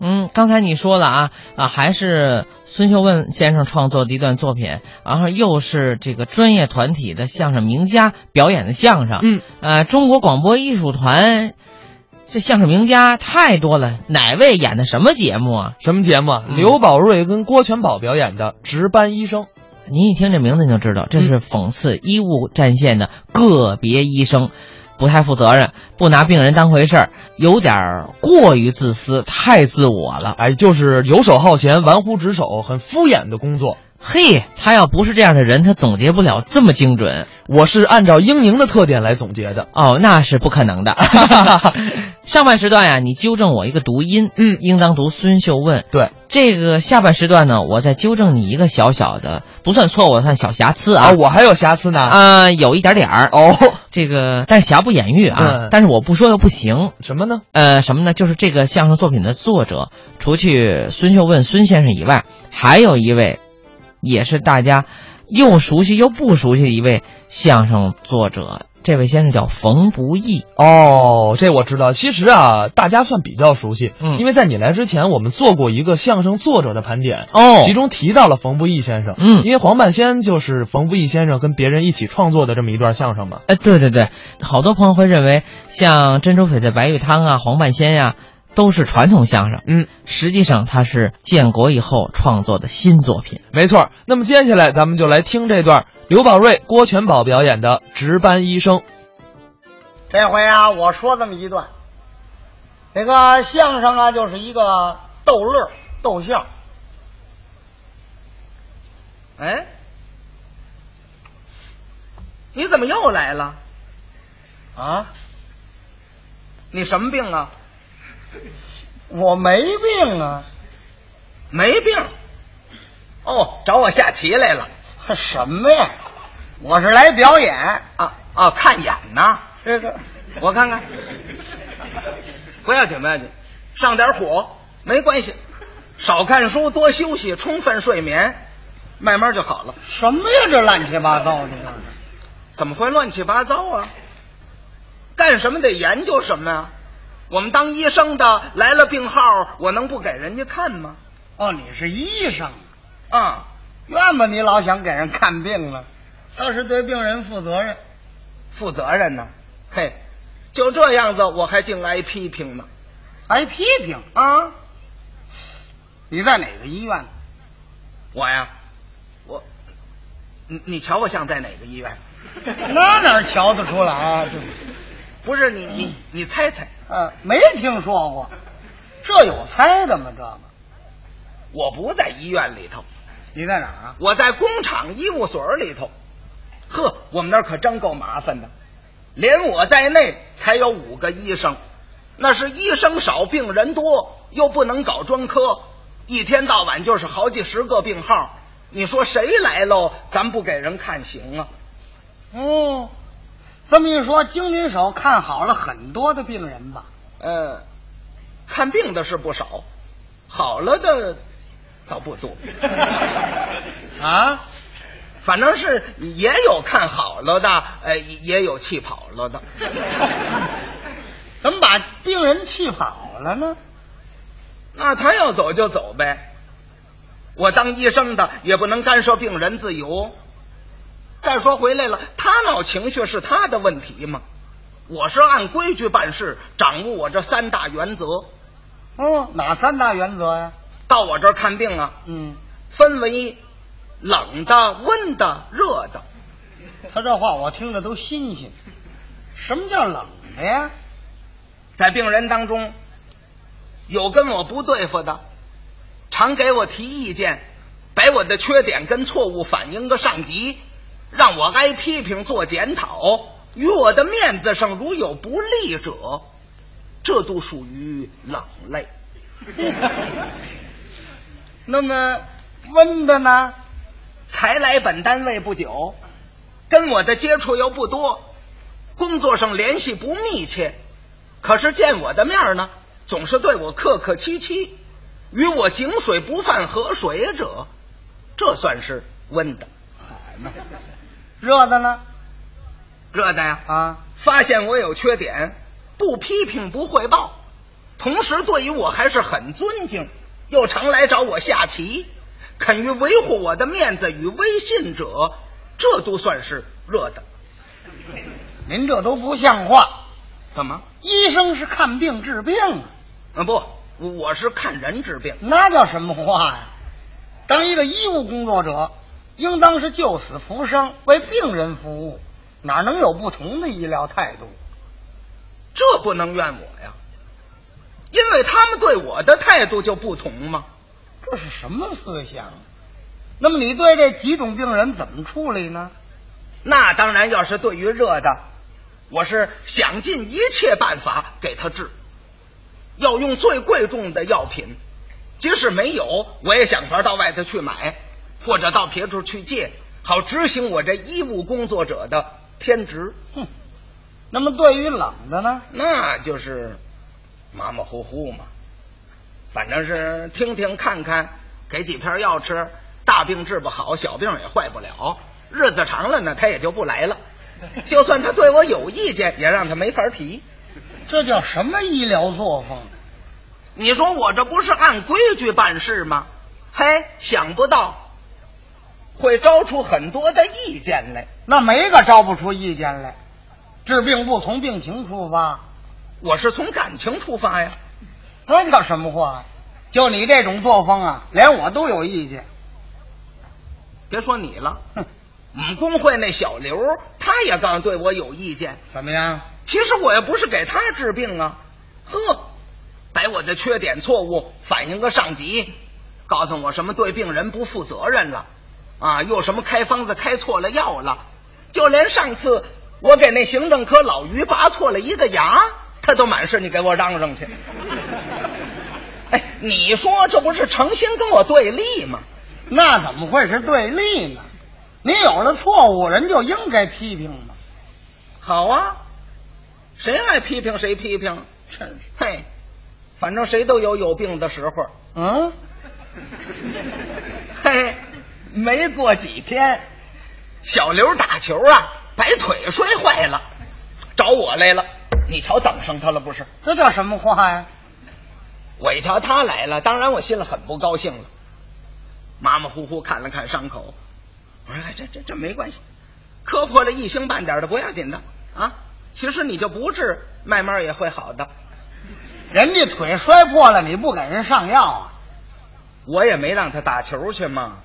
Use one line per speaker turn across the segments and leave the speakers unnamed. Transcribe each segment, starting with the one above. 嗯，刚才你说了啊啊，还是孙秀问先生创作的一段作品，然后又是这个专业团体的相声名家表演的相声，
嗯，
呃，中国广播艺术团这相声名家太多了，哪位演的什么节目啊？
什么节目啊？
嗯
刘宝瑞跟郭全宝表演的《值班医生》。
您一听这名字你就知道，这是讽刺医务战线的个别医生，不太负责任，不拿病人当回事儿，有点儿过于自私，太自我了。
哎，就是游手好闲、玩忽职守、很敷衍的工作。
嘿，他要不是这样的人，他总结不了这么精准
我是按照英宁的特点来总结的。
哦，那是不可能的。 上半时段呀、你纠正我一个读音，
嗯，啊
应当读孙秀问。
对
这个下半时段呢，我再纠正你一个小小的，不算错误，算小瑕疵
啊，
啊，
我还有瑕疵呢。
啊、有一点点儿。
哦，
这个，但是瑕不掩瑜啊。
嗯
但是我不说又不行。
什么呢？
呃，什么呢？就是这个相声作品的作者，除去孙秀问孙先生以外，还有一位，也是大家又熟悉又不熟悉的一位相声作者。这位先生叫冯不易，
哦，这我知道。其实啊，大家算比较熟悉，
嗯
因为在你来之前，我们做过一个相声作者的盘点，
哦
其中提到了冯不易先生。
嗯
因为黄半仙就是冯不易先生跟别人一起创作的这么一段相声嘛。
哎，对对对，好多朋友会认为像珍珠翡翠白玉汤啊、黄半仙呀、都是传统相声，
嗯，
实际上它是建国以后创作的新作品。
没错儿，那么接下来咱们就来听这段刘宝瑞、郭全宝表演的《值班医生》。
这回啊，我说这么一段，这个相声啊，就是一个逗乐儿、逗笑。
哎，你怎么又来了？
啊，
你什么病啊？
我没病啊，
没病。哦，找我下棋来了
什么呀？我是来表演哦
啊啊！看眼呢，
这个。
我看看。不要紧，不要紧，上点火没关系，少看书，多休息，充分睡眠，慢慢就好了。
什么呀？这乱七八糟的！
怎么会乱七八糟啊？干什么得研究什么呀、我们当医生的来了病号，我能不给人家看吗？
哦，你是医生，
啊、
怨吧你老想给人看病了，倒是对病人负责任。
负责任呢？嘿，就这样子，我还净挨批评呢
挨批评，
啊！
你在哪个医院？
我呀，我，你你瞧我像在哪个医院？
那哪儿瞧得出来 啊？对不对
不是你你你猜猜，
呃，没听说过，这有猜的吗？这个
我不在医院里头，
你在哪儿啊？
我在工厂医务所里头。呵，我们那儿可真够麻烦的，连我在内才有五个医生，那是医生少，病人多，又不能搞专科，一天到晚就是好几十个病号，你说谁来喽？咱不给人看行啊？
哦，这么一说，经理手看好了很多的病人 吧？
呃，看病的是不少，好了的倒不多，
啊，
反正是也有看好了的，呃，也有气跑了的。
怎么把病人气跑了呢？
那他要走就走呗，我当医生的也不能干涉病人自由。再说回来了，他闹情绪是他的问题嘛，我是按规矩办事，掌握我这三大原则。
哦，哪三大原则呀、
到我这儿看病啊，
嗯，
分为冷的、温的、热的。
他这话我听着都新鲜。什么叫冷的呀？
在病人当中，有跟我不对付的，常给我提意见，把我的缺点跟错误反映个上级，让我挨批评做检讨，于我的面子上如有不利者，这都属于冷类。
那么温的呢？
才来本单位不久，跟我的接触又不多，工作上联系不密切，可是见我的面儿呢，总是对我客客气气，与我井水不犯河水者，这算是温的。
热的呢？
热的呀，
啊，
发现我有缺点，不批评不汇报，同时对于我还是很尊敬，又常来找我下棋，肯于维护我的面子与威信者，这都算是热的。
您这都不像话。
怎么？
医生是看病治病啊，
啊不，我我是看人治病。
那叫什么话呀？当一个医务工作者，应当是救死扶伤，为病人服务，哪能有不同的医疗态度？
这不能怨我呀，因为他们对我的态度就不同嘛。
这是什么思想？啊那么你对这几种病人怎么处理呢？
那当然，要是对于热的，我是想尽一切办法给他治，要用最贵重的药品，即使没有，我也想法到外头去买，或者到别处去借，好执行我这医务工作者的天职。
哼，那么对于冷的呢？
那就是马马虎虎嘛，反正是听听看看，给几片药吃，大病治不好，小病也坏不了，日子长了呢，他也就不来了。就算他对我有意见，也让他没法提。
这叫什么医疗作风？
你说我这不是按规矩办事吗？嘿，想不到会招出很多的意见来。
那没个招不出意见来。治病不从病情出发，
我是从感情出发呀，
那叫什么话？就你这种作风啊，连我都有意见。
别说你了，
哼，
我们工会那小刘他也刚对我有意见。
怎么样？
其实我也不是给他治病啊，呵，把我的缺点错误反映个上级，告诉我什么对病人不负责任了，啊，又什么开方子开错了药了，就连上次我给那行政科老于拔错了一个牙，他都满是你给我嚷嚷去。 哎，你说这不是诚心跟我对立吗？
那怎么会是对立呢？你有了错误，人就应该批评嘛。
好啊，谁爱批评谁批评，
真是，
嘿，反正谁都有有病的时候。
嗯，
嘿，没过几天，小刘打球啊，把腿摔坏了，找我来了。你瞧，等上他了不是？
这叫什么啊话呀？
我一瞧他来了，当然我心里很不高兴了。马马虎虎看了看伤口，我说：“哎，这这这没关系，磕破了一星半点的不要紧的啊。其实你就不治，慢慢也会好的。
人家腿摔破了，你不给人上药啊？
我也没让他打球去嘛，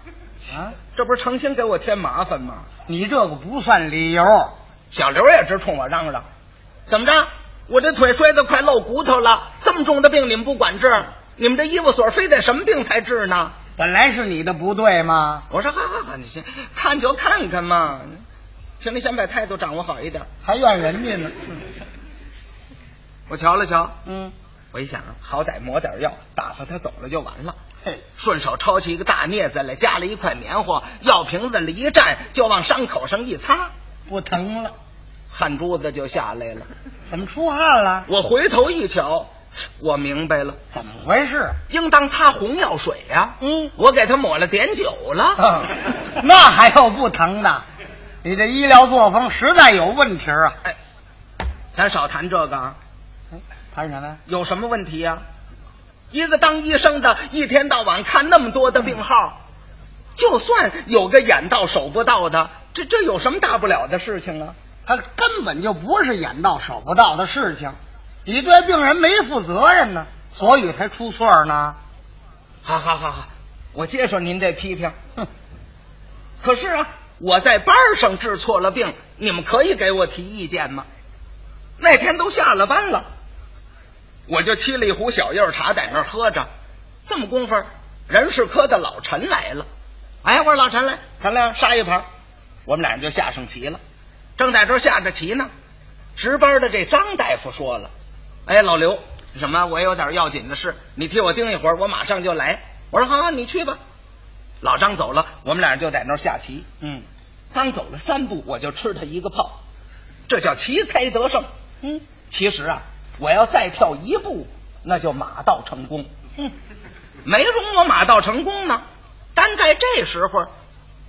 啊，
这不是诚心给我添麻烦吗？”
你这个不算理由。
小刘也直冲我嚷嚷：“怎么着？我这腿摔得快露骨头了，这么重的病你们不管治，你们这医务所非得什么病才治呢
本来是你的不对嘛，？”
我说：“好好好，你先看就看看嘛，请你先把态度掌握好一点。
还怨人家呢。”
我瞧了瞧，
嗯，
我一想，好歹抹点药，打发他走了就完了。
嘿，
顺手抄起一个大镊子来，夹了一块棉花，药瓶子里一蘸，就往伤口上一擦，
不疼了，
汗珠子就下来了。
怎么出汗了？
我回头一瞧，我明白了。
怎么回事？
应当擦红药水呀、
嗯
我给他抹了碘酒了。
嗯， 那还有不疼的？你这医疗作风实在有问题啊！
哎，咱少谈这个，啊，
谈什么呀？
有什么问题呀、一个当医生的，一天到晚看那么多的病号，就算有个眼到手不到的，这这有什么大不了的事情啊？
他根本就不是眼到手不到的事情，你对病人没负责任呢，所以才出错呢。
好好好好，我接受您这批评。
哼，
可是啊，我在班上治错了病，你们可以给我提意见吗？那天都下了班了，我就沏了一壶小药茶在那儿喝着。这么功夫，人事科的老陈来了。哎，我说老陈来，咱俩杀一盘。我们俩人就下上棋了。正在这儿下着棋呢，值班的这张大夫说了：“哎，老刘，什么？我有点要紧的事，你替我盯一会儿，我马上就来。”我说：“好好，你去吧。”老张走了，我们俩人就在那儿下棋。
嗯
刚走了三步，我就吃他一个炮，这叫旗开得胜。
嗯
其实啊，我要再跳一步，那就马到成功。
嗯，
没容我马到成功呢，单在这时候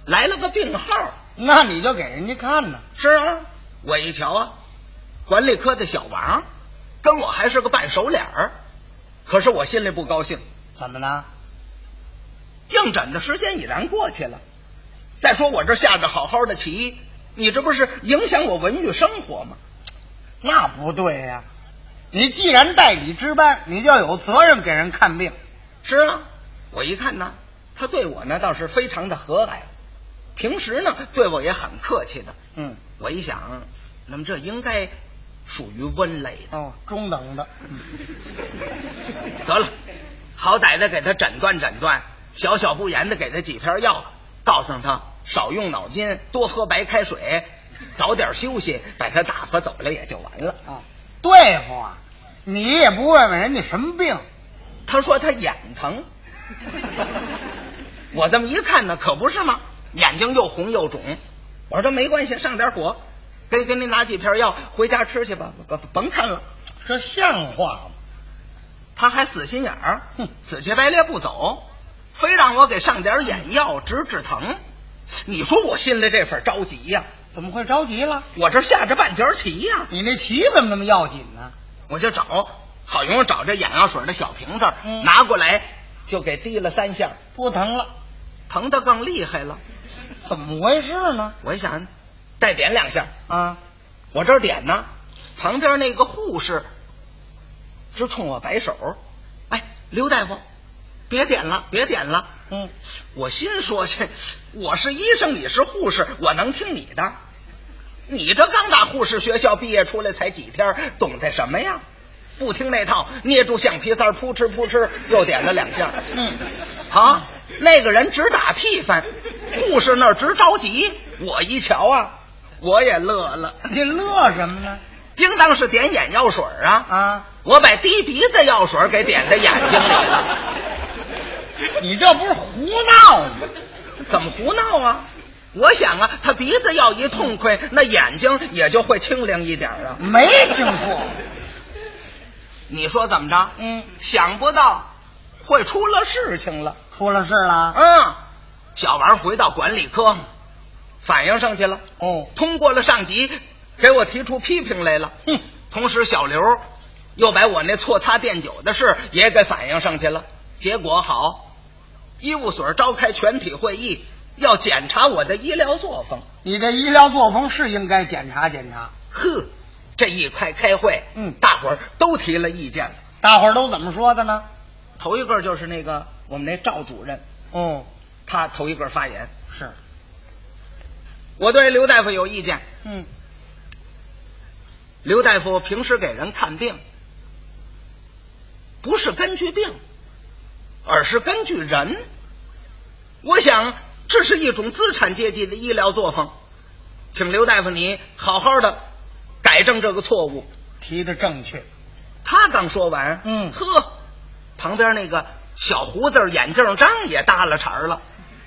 来了个病号。
那你就给人家看呢。
是啊，我一瞧啊，管理科的小王跟我还是个半熟脸儿，可是我心里不高兴，
怎么了？
应诊的时间已然过去了。再说我这下着好好的棋，你这不是影响我文娱生活吗？
那不对呀、你既然代理值班，你就有责任给人看病。
是啊，我一看呢，他对我呢倒是非常的和蔼，平时呢对我也很客气的。
嗯，
我一想，那么这应该属于温类的。
哦，中等的。
得了，好歹的给他诊断诊断，小小不严的给他几片药，告诉他少用脑筋，多喝白开水，早点休息，把他打发走了也就完了。
啊，对付啊，你也不问问人家什么病，
他说他眼 疼，我这么一看呢，可不是嘛，眼睛又红又肿。我说没关系，上点火，给给你拿几片药，回家吃去吧，甭甭看了。
这像话吗？
他还死心眼儿，
哼
死乞白赖不走，非让我给上点眼药止止疼。你说我心里这份着急呀、
怎么会着急了？
我这下着半截儿棋呀、
你那棋怎么那么要紧呢？
我就找，好容易找着眼药水的小瓶子儿，
嗯
拿过来就给滴了三下，
不疼了，
疼得更厉害了。
怎么回事呢？
我一想，再点两下，
啊，
我这儿点呢，旁边那个护士直冲我摆手，哎，刘大夫，别点了，别点了。
嗯，
我心说这，我是医生，你是护士，我能听你的？你这刚打护士学校毕业出来才几天，懂得什么呀？不听那套，捏住橡皮丝儿，扑哧扑哧又点了两下。
嗯，
啊，那个人直打屁翻，护士那儿直着急。我一瞧啊，我也乐了，
你乐什么呢？
应当是点眼药水儿啊。
啊，
我把滴鼻子药水儿给点在眼睛 里了，
你这不是胡闹吗？
怎么胡闹啊？我想啊，他鼻子要一痛快，那眼睛也就会清灵一点儿啊。
没听说。
你说怎么着？
嗯，
想不到会出了事情了。
出了事了。
嗯，小王回到管理科，反映上去了，
哦，
通过了上级，给我提出批评来了。
哼，
同时，小刘又把我那错擦垫酒的事也给反映上去了。结果好，医务所召开全体会议，要检查我的医疗作风。
你这医疗作风是应该检查检查。
呵，这一块开会，
嗯
大伙儿都提了意见了。
大伙儿都怎么说的呢？
头一个就是那个我们那赵主任，
哦，
他头一个发言，
是，
我对刘大夫有意见。
嗯，
刘大夫平时给人看病，不是根据病，而是根据人。我想这是一种资产阶级的医疗作风，请刘大夫你好好的改正这个错误。
提的正确。
他刚说完，
嗯
呵，旁边那个小胡子儿眼镜儿张也搭了茬儿了，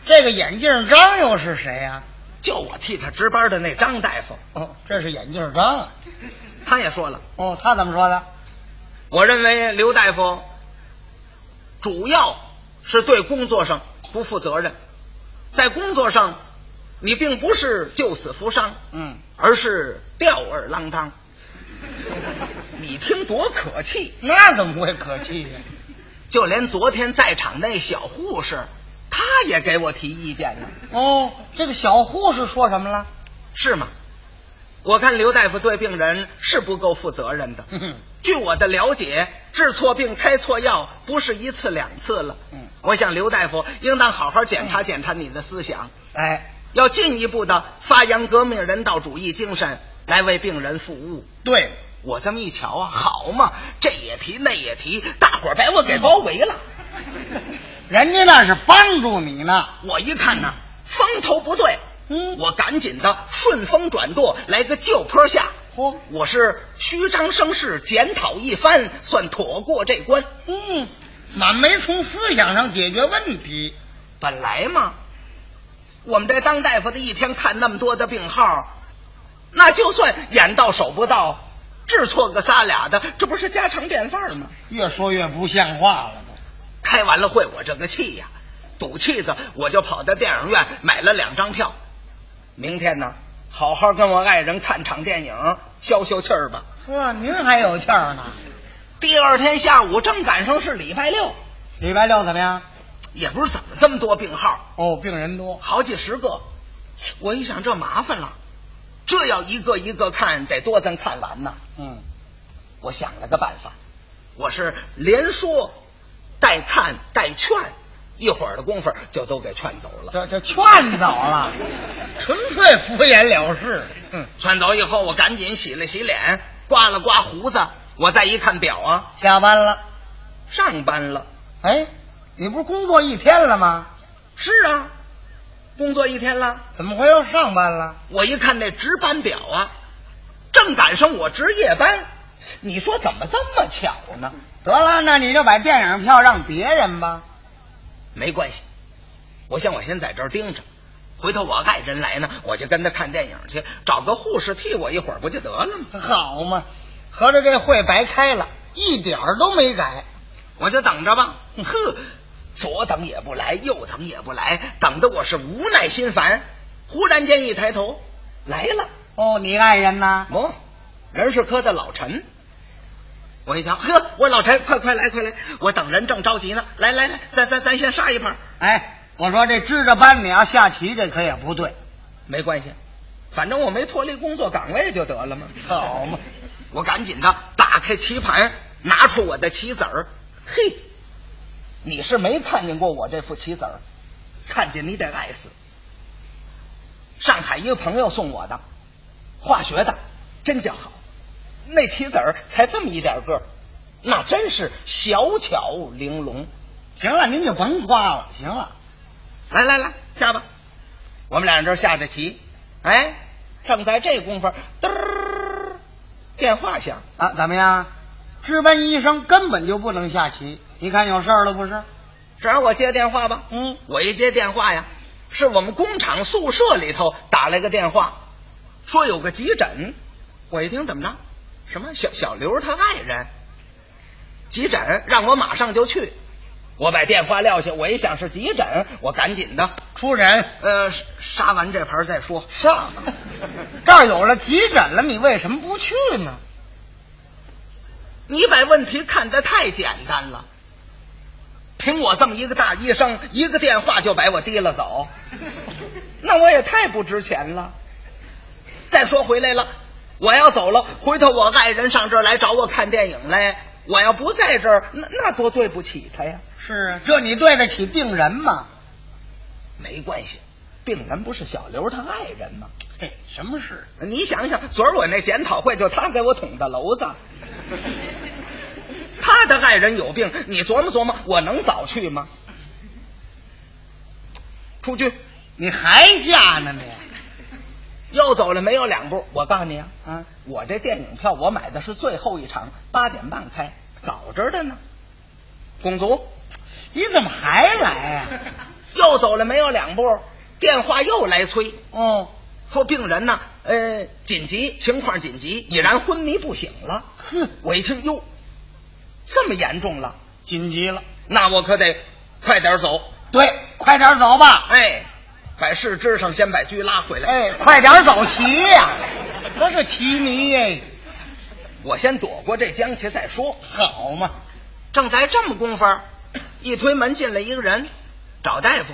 这个眼镜张又是谁呀、
就我替他值班的那张大夫，
哦，这是眼镜张啊。
他也说了，
哦，他怎么说的？
我认为刘大夫主要是对工作上不负责任，在工作上你并不是救死扶伤，
嗯，
而是吊儿郎当。你听多可气！
那怎么会可气呀、
就连昨天在场那小护士，她也给我提意见呢。
哦，这个小护士说什么了？
是吗？我看刘大夫对病人是不够负责任的。
哼嗯哼
据我的了解，治错病、开错药不是一次两次了。
嗯
我想刘大夫应当好好检查检查你的思想，
哎，
要进一步的发扬革命人道主义精神，来为病人服务。
对，
我这么一瞧啊，好嘛，这也提那也提，大伙儿把我给包围了。
人家那是帮助你呢。
我一看呐，风头不对，
嗯
我赶紧的顺风转舵，来个就坡下。
嚯
我是虚张声势，检讨一番，算妥过这关。
嗯，满没从思想上解决问题。
本来嘛，我们这当大夫的一天看那么多的病号，那就算眼到手不到，治错个仨俩的，这不是家常便饭吗？
越说越不像话了都。
开完了会，我这个气呀，赌气子，我就跑到电影院买了两张票。明天呢，好好跟我爱人看场电影，消消气儿吧。
呵，您还有气儿呢？
第二天下午正赶上是礼拜六，
礼拜六怎么样？
也不是怎么这么多病号，
哦，病人多，
好几十个。我一想这麻烦了，这要一个一个看，得多咱看完呐。
嗯，
我想了个办法，我是连说带看带劝，一会儿的功夫就都给劝走了。
这这劝走了，纯粹敷衍了事。嗯，
劝走以后，我赶紧洗了洗脸，刮了刮胡子。我再一看表啊，
下班了。
上班了。
哎，你不是工作一天了吗？
是啊，工作一天了。
怎么会又上班了？
我一看那值班表啊，正赶上我值夜班。你说怎么这么巧呢？
得了，那你就把电影票让别人吧。
没关系，我想我先在这儿盯着，回头我爱人来呢，我就跟他看电影去，找个护士替我一会儿不就得了吗？
好嘛，合着这会白开了，一点儿都没改。
我就等着吧。呵，左等也不来，右等也不来，等得我是无奈心烦。忽然间一抬头，来了，
哦，你爱人呢？
哦，人事科的老陈。我一想，呵，我老陈，快快来，快来！我等人正着急呢，来来来，咱咱咱先杀一盘。
哎，我说这支着班你要下棋，这可也不对。
没关系，反正我没脱离工作岗位就得了嘛。
好嘛，
我赶紧的打开棋盘，拿出我的棋子儿。嘿，你是没看见过我这副棋子儿，看见你得爱死。上海一个朋友送我的，化学的，真叫好。那棋子儿才这么一点个儿，那真是小巧玲珑。
行了，您就甭夸了，行了。
来来来，下吧。我们俩人这儿下着棋，哎，正在这功夫，嘚儿，电话响。
啊，怎么样？值班医生根本就不能下棋，你看有事儿了不是？
正好我接电话吧。
嗯，
我一接电话呀，是我们工厂宿舍里头打来个电话，说有个急诊。我一听怎么着，什么小小刘他爱人急诊，让我马上就去。我把电话撂下，我一想是急诊，我赶紧的，
出诊
呃，杀杀完这盘再说。
上，这儿有了急诊了，你为什么不去呢？
你把问题看得太简单了。凭我这么一个大医生，一个电话就把我提了走，那我也太不值钱了。再说回来了，我要走了，回头我爱人上这儿来找我看电影来，我要不在这儿，那那多对不起他呀。
是啊，这你对得起病人吗？
没关系，病人不是小刘他爱人吗？
嘿，哎什么事？
你想想，昨儿我那检讨会就他给我捅的娄 子。他的爱人有病，你琢磨琢磨，我能早去吗？出去，
你还下呢你？
又走了没有两步，我告诉你啊，
啊，
我这电影票我买的是最后一场，八点半开，早着的呢。拱足，
你怎么还来啊呀、
又走了没有两步，电话又来催，
哦，
说病人呢，呃，紧急情况紧急，已然昏迷不醒了。
哼，
我一听，哟，这么严重了，
紧急了。
那我可得快点走。
对，快点走吧。
哎，把试支上先把车拉回来。
哎，快点走棋呀、这是棋迷哎，
我先躲过这江去再说。
好嘛。
正在这么功夫，一推门进来一个人，找大夫。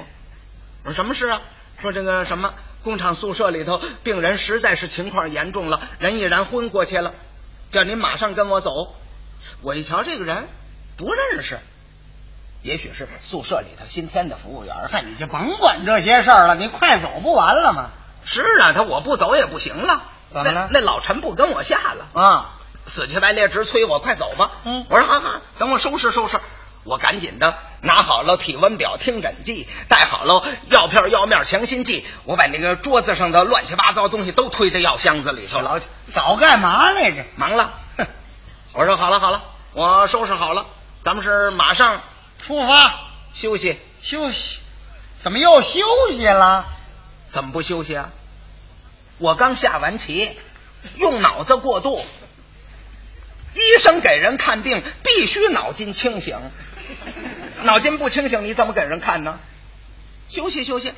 我说什么事啊？说这个什么工厂宿舍里头病人实在是情况严重了，人已然昏过去了，叫您马上跟我走。我一瞧这个人不认识，也许是宿舍里头新添的服务员。
嗨，你就甭管这些事儿了，你快走不完了吗？
是啊，他我不走也不行了。
怎么了
那那老陈不跟我下了。
啊，
死乞白赖直催我快走吧。
嗯
我说好好，等我收拾收拾。我赶紧的拿好了体温表、听诊剂，带好了药片、药面、强心剂。我把那个桌子上的乱七八糟东西都推到药箱子里头了。
早干嘛来着？
忙了，哼！我说好了好了，我收拾好了，咱们是马上
出发
休息。
休息，怎么又休息了？
怎么不休息啊？我刚下完棋，用脑子过度。医生给人看病必须脑筋清醒，脑筋不清醒你怎么给人看呢？休息休息，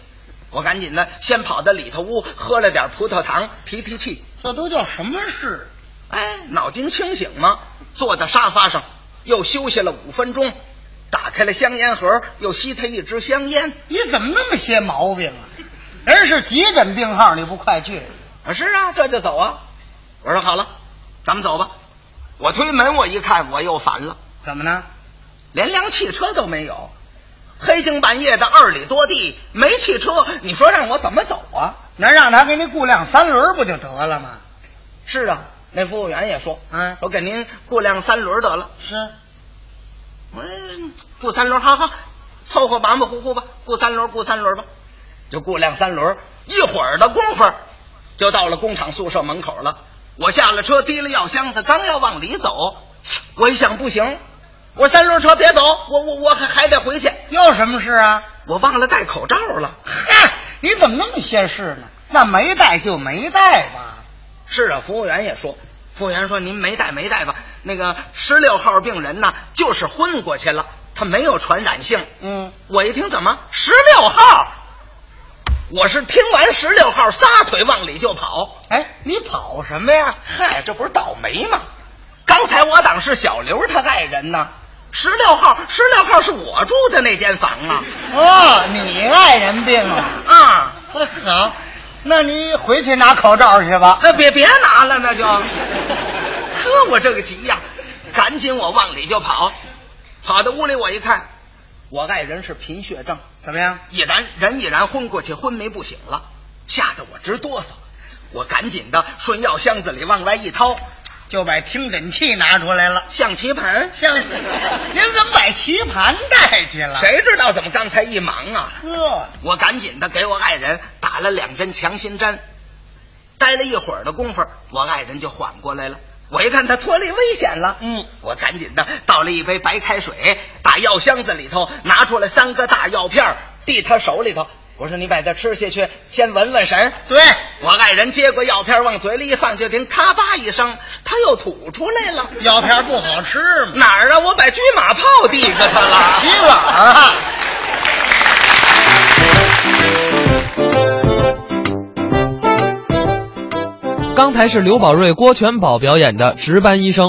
我赶紧的先跑到里头屋喝了点葡萄糖提提气。
这都叫什么事？
哎，脑筋清醒吗？坐在沙发上，又休息了五分钟，打开了香烟盒，又吸他一支香烟。
你怎么那么些毛病啊？人是急诊病号，你不快去？
啊，是啊，这就走啊。我说好了，咱们走吧。我推门，我一看，我又烦了，
怎么呢？
连辆汽车都没有。黑更半夜的二里多地没汽车，你说让我怎么走啊？
能让他给你雇辆三轮不就得了吗？
是啊，那服务员也说，
嗯
我给您雇辆三轮得了。
是，
我说雇三轮，好好，凑合马马虎虎吧，雇三轮，雇三轮吧，就雇辆三轮。一会儿的功夫，就到了工厂宿舍门口了。我下了车，提了药箱子，刚要往里走，我一想不行，我三轮车别走，我我我还还得回去，
又什么事啊？
我忘了戴口罩了。
嗨，你怎么那么些事呢？那没带就没带吧。
是啊，服务员也说，服务员说您没带没带吧？那个十六号病人呢，就是昏过去了，他没有传染性。
嗯，
我一听怎么十六号？我是听完十六号，撒腿往里就跑。
哎，你跑什么呀？
嗨，这不是倒霉吗？刚才我党是小刘他爱人呢，十六号，十六号是我住的那间房 啊
哦，你爱人病了。
啊！
好，那你回去拿口罩去吧。
呃，别别拿了，那就。呵，我这个急呀、赶紧我往里就跑，跑到屋里我一看，我爱人是贫血症，
怎么样？
已然人已然昏过去，昏迷不醒了，吓得我直哆嗦。我赶紧的顺药箱子里往外一掏，
就把听诊器拿出来了。
象棋盘，
像您怎么把棋盘带去了？？
谁知道怎么刚才一忙啊？
呵，
我赶紧的给我爱人打了两针强心针，待了一会儿的功夫，我爱人就缓过来了。我一看他脱离危险了，
嗯，
我赶紧的倒了一杯白开水，打药箱子里头拿出来三个大药片儿，递他手里头。我说：“你把它吃下去，先闻闻神。”
对，
我爱人接过药片儿往嘴里一放，就听咔吧一声，他又吐出来了。
药片不好吃嘛，
哪儿啊？我把车马炮递给他了。
骑哪儿啊？
刚才是刘宝瑞、郭全宝表演的《值班医生》。